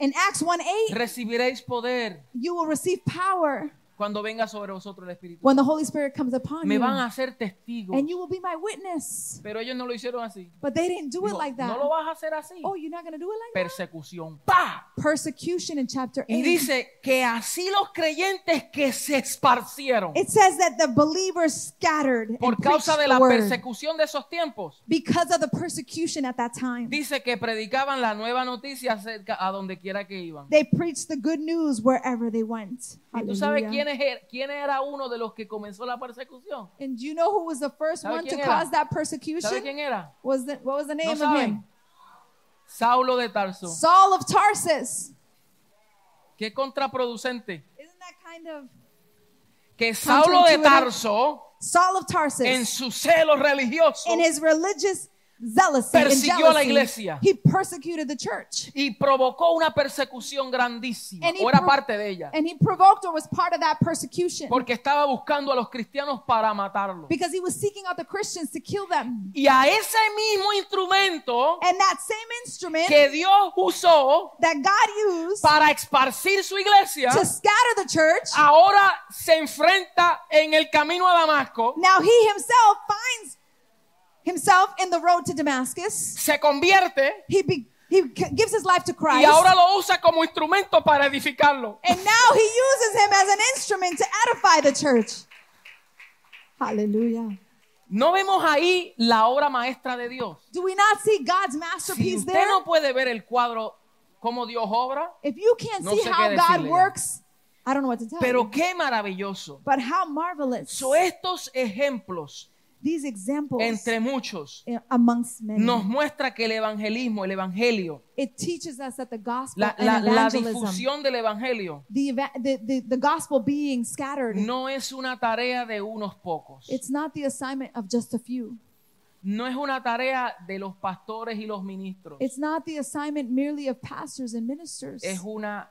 B: In Acts 1 8,
A: recibiréis poder
B: you will receive power
A: cuando venga sobre vosotros el Espíritu.
B: when the Holy Spirit comes upon
A: Me
B: you.
A: van a hacer testigos.
B: And you will be my witness.
A: Pero ellos no lo hicieron así.
B: But they didn't do it
A: Dijo,
B: like that.
A: No lo vas a hacer así.
B: Oh, you're not going to do it like
A: Persecución. ¡Pah!
B: that? Persecution in chapter
A: Y
B: 8.
A: dice que así los creyentes que se esparcieron
B: It says that the believers scattered and
A: por causa
B: preached
A: de
B: the
A: la
B: word
A: persecución de esos tiempos,
B: because of the persecution at that time.
A: dice que predicaban la nueva noticia acerca a donde quiera que iban.
B: They preached the good news wherever they went.
A: ¿Y tú sabes
B: Hallelujah.
A: quién, es- er, quién era uno de los que comenzó la persecución?
B: And do you know who was the first
A: ¿Sabe
B: one to
A: quién era?
B: cause that
A: ¿Sabes
B: persecution?
A: quién era?
B: Was the, what was the
A: No
B: name of
A: saben.
B: him?
A: Saulo de Tarso.
B: Saul of Tarsus.
A: Qué contraproducente.
B: Isn't that kind of
A: Que Saulo de
B: Counterintuitive.
A: Tarso,
B: Saul of
A: en
B: Tarsus?
A: su celo religioso,
B: In his religious zealousy, and
A: Persiguió a la
B: jealousy,
A: iglesia.
B: he persecuted the church,
A: y provocó una persecución grandísima,
B: And he
A: o era
B: pro-
A: parte de ella,
B: and he provoked or was part of that persecution
A: porque estaba buscando a los cristianos para matarlo.
B: because he was seeking out the Christians to kill them.
A: Y a ese mismo instrumento
B: And that same instrument
A: que Dios usó
B: that God used
A: para Ah. esparcir su iglesia,
B: to scatter the church,
A: ahora se enfrenta en el camino a Damasco,
B: Now he himself finds himself in the road to Damascus.
A: se convierte
B: He be, he c- gives his life to
A: y
B: Christ.
A: ahora lo usa como instrumento para edificarlo.
B: and now he uses him as an instrument to edify the church. Hallelujah.
A: No vemos ahí la obra maestra de Dios.
B: Do we not see God's
A: Si
B: masterpiece
A: usted
B: there?
A: no puede ver el cuadro cómo Dios obra,
B: If you can't
A: No
B: see
A: sé
B: how
A: qué
B: God
A: decirle ya.
B: works, I don't know what to tell
A: pero
B: you.
A: qué maravilloso.
B: But how marvelous
A: So, estos ejemplos,
B: these examples
A: entre muchos,
B: eh, amongst many.
A: nos muestra que el evangelismo, el evangelio,
B: It teaches us that the gospel
A: la,
B: and
A: la- la
B: evangelism,
A: difusión del evangelio,
B: the, eva- the, the, the gospel being scattered,
A: no es una tarea de unos pocos.
B: it's not the assignment of just a few.
A: No es una tarea de los pastores y los ministros.
B: It's not the assignment merely of pastors and ministers.
A: Es una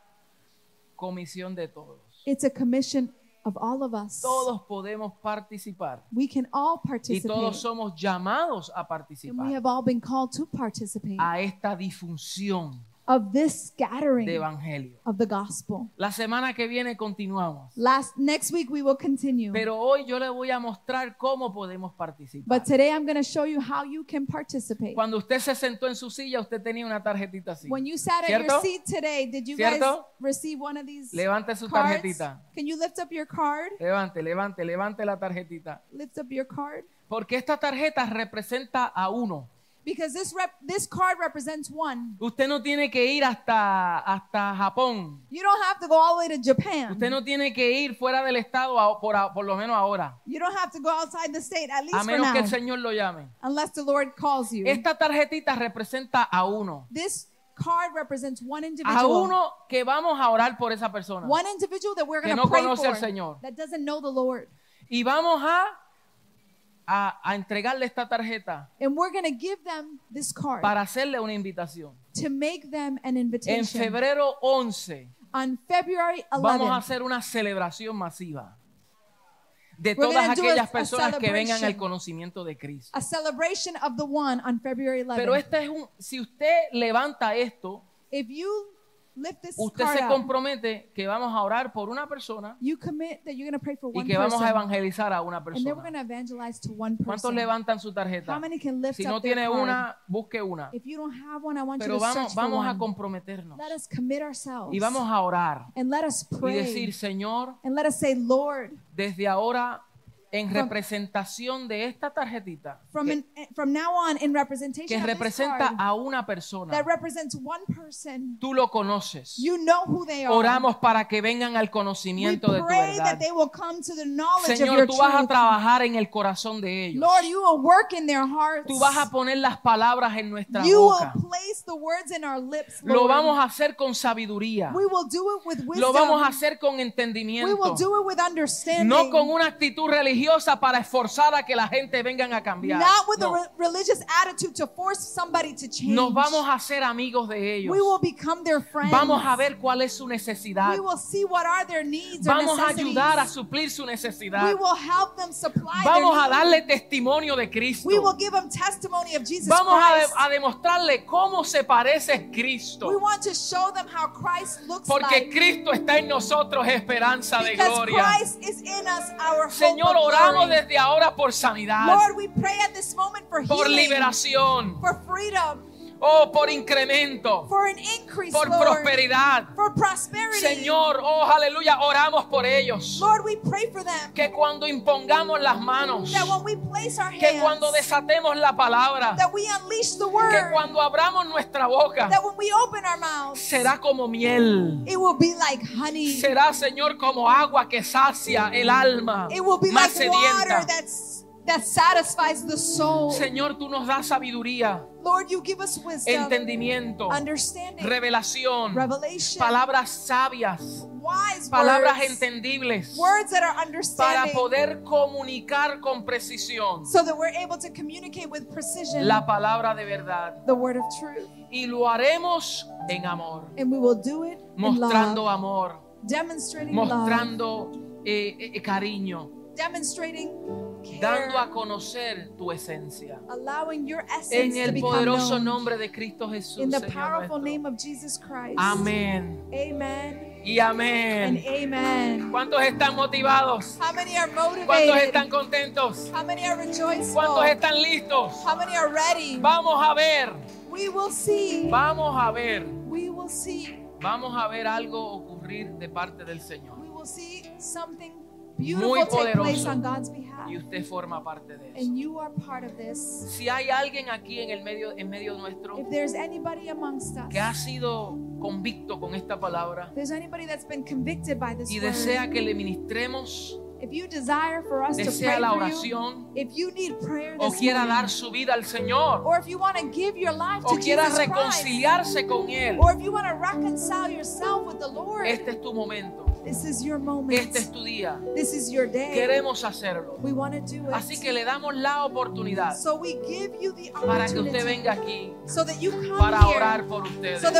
A: comisión de todos.
B: It's a commission of all of us.
A: Todos podemos participar
B: We can all
A: y todos
B: participate.
A: somos llamados a
B: And we
A: participar
B: have all been called to participate
A: a esta difusión
B: of this
A: de
B: scattering
A: evangelio.
B: of the gospel.
A: La semana que viene continuamos,
B: Last next week we will continue.
A: pero hoy yo le voy a mostrar cómo podemos participar.
B: But today I'm going to show you how you can participate.
A: Cuando usted se sentó en su silla, usted tenía una tarjetita así.
B: When you sat at your
A: ¿Cierto?
B: seat today, did you guys
A: ¿Cierto?
B: receive one of these
A: Levante su
B: cards?
A: tarjetita.
B: Can you lift up your card?
A: Levante, levante, levante la tarjetita.
B: Lift up your card
A: Porque esta tarjeta representa a uno.
B: because this rep this card represents one.
A: Usted no tiene que ir hasta, hasta Japón.
B: You don't have to go all the way to Japan.
A: Usted no tiene que ir fuera del estado a- por, a- por lo menos ahora.
B: You don't have to go outside the state at least
A: A
B: for
A: menos
B: now,
A: que el Señor lo llame.
B: unless the Lord calls you.
A: Esta tarjetita representa a uno.
B: This card represents one
A: A
B: individual.
A: uno que vamos a orar por esa persona.
B: One individual that we're
A: Que
B: going to
A: no
B: pray
A: conoce
B: for
A: al Señor.
B: that doesn't know the Lord.
A: Y vamos a, a, a entregarle esta tarjeta
B: And we're going to give them this card
A: para hacerle una invitación.
B: to make them an
A: En
B: invitation.
A: febrero 11
B: On February
A: vamos a
B: 11th,
A: hacer una celebración masiva de
B: We're
A: todas
B: gonna do
A: aquellas
B: a- a
A: personas que vengan al
B: celebration.
A: conocimiento de Cristo.
B: a celebration of the one on February 11th.
A: Pero este es un, si usted levanta esto,
B: if you lift this
A: usted
B: card
A: se
B: up,
A: compromete que vamos a orar por una persona
B: you commit that you're going to pray for
A: y
B: one
A: que vamos
B: person.
A: a evangelizar a una
B: and then we're going
A: persona.
B: to evangelize to one
A: ¿Cuántos
B: person.
A: levantan su tarjeta?
B: How many can lift
A: Si
B: up
A: no
B: their
A: tiene
B: card?
A: una, busque una.
B: If you don't have one, I want
A: Pero
B: you to
A: vamos,
B: search
A: vamos a
B: for one.
A: comprometernos
B: Let us commit ourselves
A: y vamos a orar
B: and let us
A: y
B: pray
A: decir, Señor,
B: and let us say, Lord,
A: desde ahora, en
B: From-
A: representación de esta tarjetita,
B: from
A: que,
B: an, eh, from now on, in representation
A: que
B: of this
A: representa
B: card
A: a una persona,
B: that represents one person,
A: tú lo conoces.
B: you know who they are.
A: Oramos para que vengan al
B: we
A: conocimiento de tu
B: pray that
A: verdad.
B: they will come to the knowledge of
A: Señor,
B: your
A: tú vas a
B: truth.
A: trabajar en el corazón de ellos.
B: Lord, you will work in their hearts.
A: Tú vas a poner las palabras en nuestra
B: you will
A: boca.
B: place the words in our lips,
A: Lo
B: Lord.
A: vamos a hacer con sabiduría.
B: we will do it with wisdom.
A: Lo vamos a hacer con
B: we will
A: entendimiento.
B: do it with understanding.
A: No con una actitud religiosa para esforzar a que la gente vengan a cambiar.
B: Not with a
A: No.
B: re- religious attitude to force somebody to change.
A: Nos vamos a hacer amigos de ellos.
B: we will become their friends.
A: Vamos a ver cuál es su necesidad.
B: We will see what are their needs or
A: Vamos a
B: necessities.
A: ayudar a suplir su necesidad.
B: We will help them supply
A: Vamos
B: their
A: a
B: needs.
A: darle testimonio de Cristo.
B: We will give them testimony of Jesus
A: Vamos a,
B: Christ.
A: a demostrarle cómo se parece Cristo.
B: We want to show them how Christ looks
A: Porque
B: like.
A: Cristo está en nosotros, esperanza de
B: because
A: gloria.
B: Christ is in us, our hope
A: Señor,
B: of
A: oramos
B: glory.
A: desde ahora por sanidad,
B: Lord, we pray at this moment for
A: por
B: healing,
A: liberación,
B: for freedom,
A: oh, por incremento,
B: for an increase,
A: por
B: Lord,
A: prosperidad.
B: for prosperity.
A: Señor, oh, aleluya, oramos por ellos.
B: Lord, we pray for them
A: Que cuando impongamos las manos,
B: that when we place our
A: que
B: hands,
A: cuando desatemos la palabra,
B: that we unleash the
A: que
B: word,
A: cuando abramos nuestra boca,
B: that when we open our mouths,
A: será como miel.
B: it will be like honey.
A: Será, Señor, como agua que sacia el alma
B: It will be
A: más
B: like water
A: sedienta.
B: that's, that satisfies the soul.
A: Señor, tú nos das sabiduría,
B: Lord, you give us wisdom,
A: entendimiento,
B: understanding,
A: revelación,
B: revelation,
A: palabras sabias,
B: wise
A: palabras
B: words,
A: entendibles
B: words that are
A: para
B: understanding,
A: poder comunicar con precisión
B: so that we're able to communicate with precision
A: la palabra de verdad.
B: the word of truth.
A: Y lo haremos en amor,
B: And we will do it in
A: mostrando
B: love,
A: amor,
B: demonstrating love,
A: mostrando eh, eh, cariño,
B: demonstrating care,
A: dando a conocer tu esencia.
B: allowing your essence
A: En
B: to
A: el
B: become
A: poderoso
B: known.
A: nombre de Cristo Jesús.
B: in the
A: Señor
B: powerful
A: nuestro.
B: name of Jesus Christ.
A: Amén
B: Amen
A: y
B: and
A: amén.
B: amen.
A: ¿Cuántos están motivados?
B: How many are
A: ¿Cuántos
B: motivated?
A: están contentos?
B: How many are
A: ¿Cuántos
B: rejoiceful?
A: están listos?
B: How many are ready?
A: Vamos a ver,
B: We will see.
A: vamos a ver,
B: We will see.
A: vamos a ver algo ocurrir de parte del Señor.
B: We will see something beautiful
A: Muy
B: take place
A: poderoso.
B: on God's behalf.
A: Y usted forma parte de eso.
B: And you are part of this.
A: Si hay alguien aquí en el medio, en medio nuestro
B: If there's anybody amongst us
A: que ha sido convicto con esta palabra
B: If there's anybody that's been convicted by this
A: y
B: word,
A: desea que le ministremos,
B: if you desire for us to
A: desea
B: pray
A: la
B: for you,
A: oración
B: if you need prayer
A: o
B: this
A: quiera
B: morning,
A: dar su vida al Señor
B: or if you want to give your life
A: o
B: to
A: quiera
B: Jesus Christ,
A: reconciliarse con Él,
B: or if you want to reconcile yourself with the Lord,
A: este es tu momento,
B: this is your moment.
A: este es tu día,
B: This is your day.
A: queremos hacerlo.
B: We want to do it.
A: Así que le damos la oportunidad
B: so we give you the
A: para que usted
B: opportunity
A: venga aquí
B: so that you come
A: para
B: here
A: orar por ustedes.